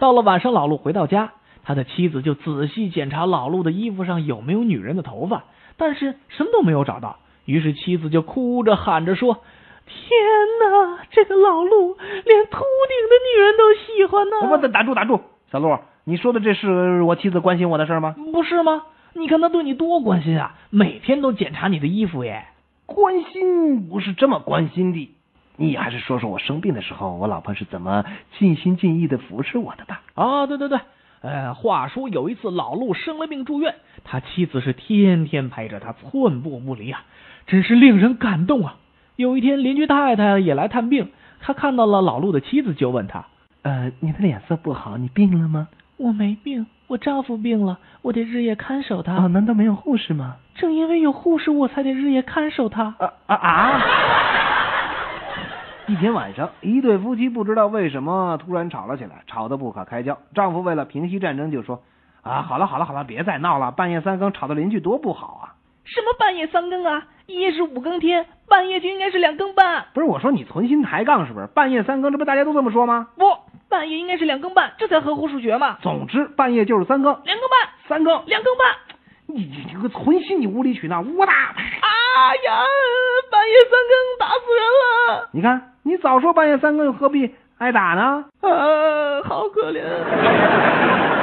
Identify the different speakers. Speaker 1: 到了晚上，老陆回到家，他的妻子就仔细检查老陆的衣服上有没有女人的头发，但是什么都没有找到。于是妻子就哭着喊着说：“天哪，这个老陆连秃顶的女人都喜欢呢！”
Speaker 2: 不不，打住打住，小陆，你说的这是我妻子关心我的事儿吗？
Speaker 1: 不是吗？你看他对你多关心啊，每天都检查你的衣服耶。
Speaker 2: 关心不是这么关心的，你还是说说我生病的时候，我老婆是怎么尽心尽意的服侍我的吧。
Speaker 1: 啊，对对对，呃，话说有一次老陆生了病住院，他妻子是天天陪着他，寸步不离啊，真是令人感动啊。有一天邻居太太也来探病，她看到了老陆的妻子，就问他
Speaker 2: 呃，你的脸色不好，你病了吗？：“
Speaker 1: 我没病，我丈夫病了，我得日夜看守他。
Speaker 2: 啊，难道没有护士吗？
Speaker 1: 正因为有护士，我才得日夜看守他。
Speaker 2: 啊啊啊！ 一天晚上，一对夫妻不知道为什么突然吵了起来，吵得不可开交。丈夫为了平息战争，就说：“啊，好了好了好了，别再闹了，半夜三更吵到邻居多不好啊！
Speaker 1: 什么半夜三更啊？一夜是五更天，半夜就应该是两更半。
Speaker 2: 不是我说你存心抬杠是不是？半夜三更，这不大家都这么说吗？
Speaker 1: 不，半夜应该是两更半，这才合乎数学嘛。
Speaker 2: 总之，半夜就是三更，
Speaker 1: 两更半，
Speaker 2: 三更，
Speaker 1: 两更半。
Speaker 2: 你你这个存心你无理取闹，呜哒！
Speaker 1: 啊呀！半夜三更打死人了，
Speaker 2: 你看，你早说半夜三更，又何必挨打呢？
Speaker 1: 啊，好可怜。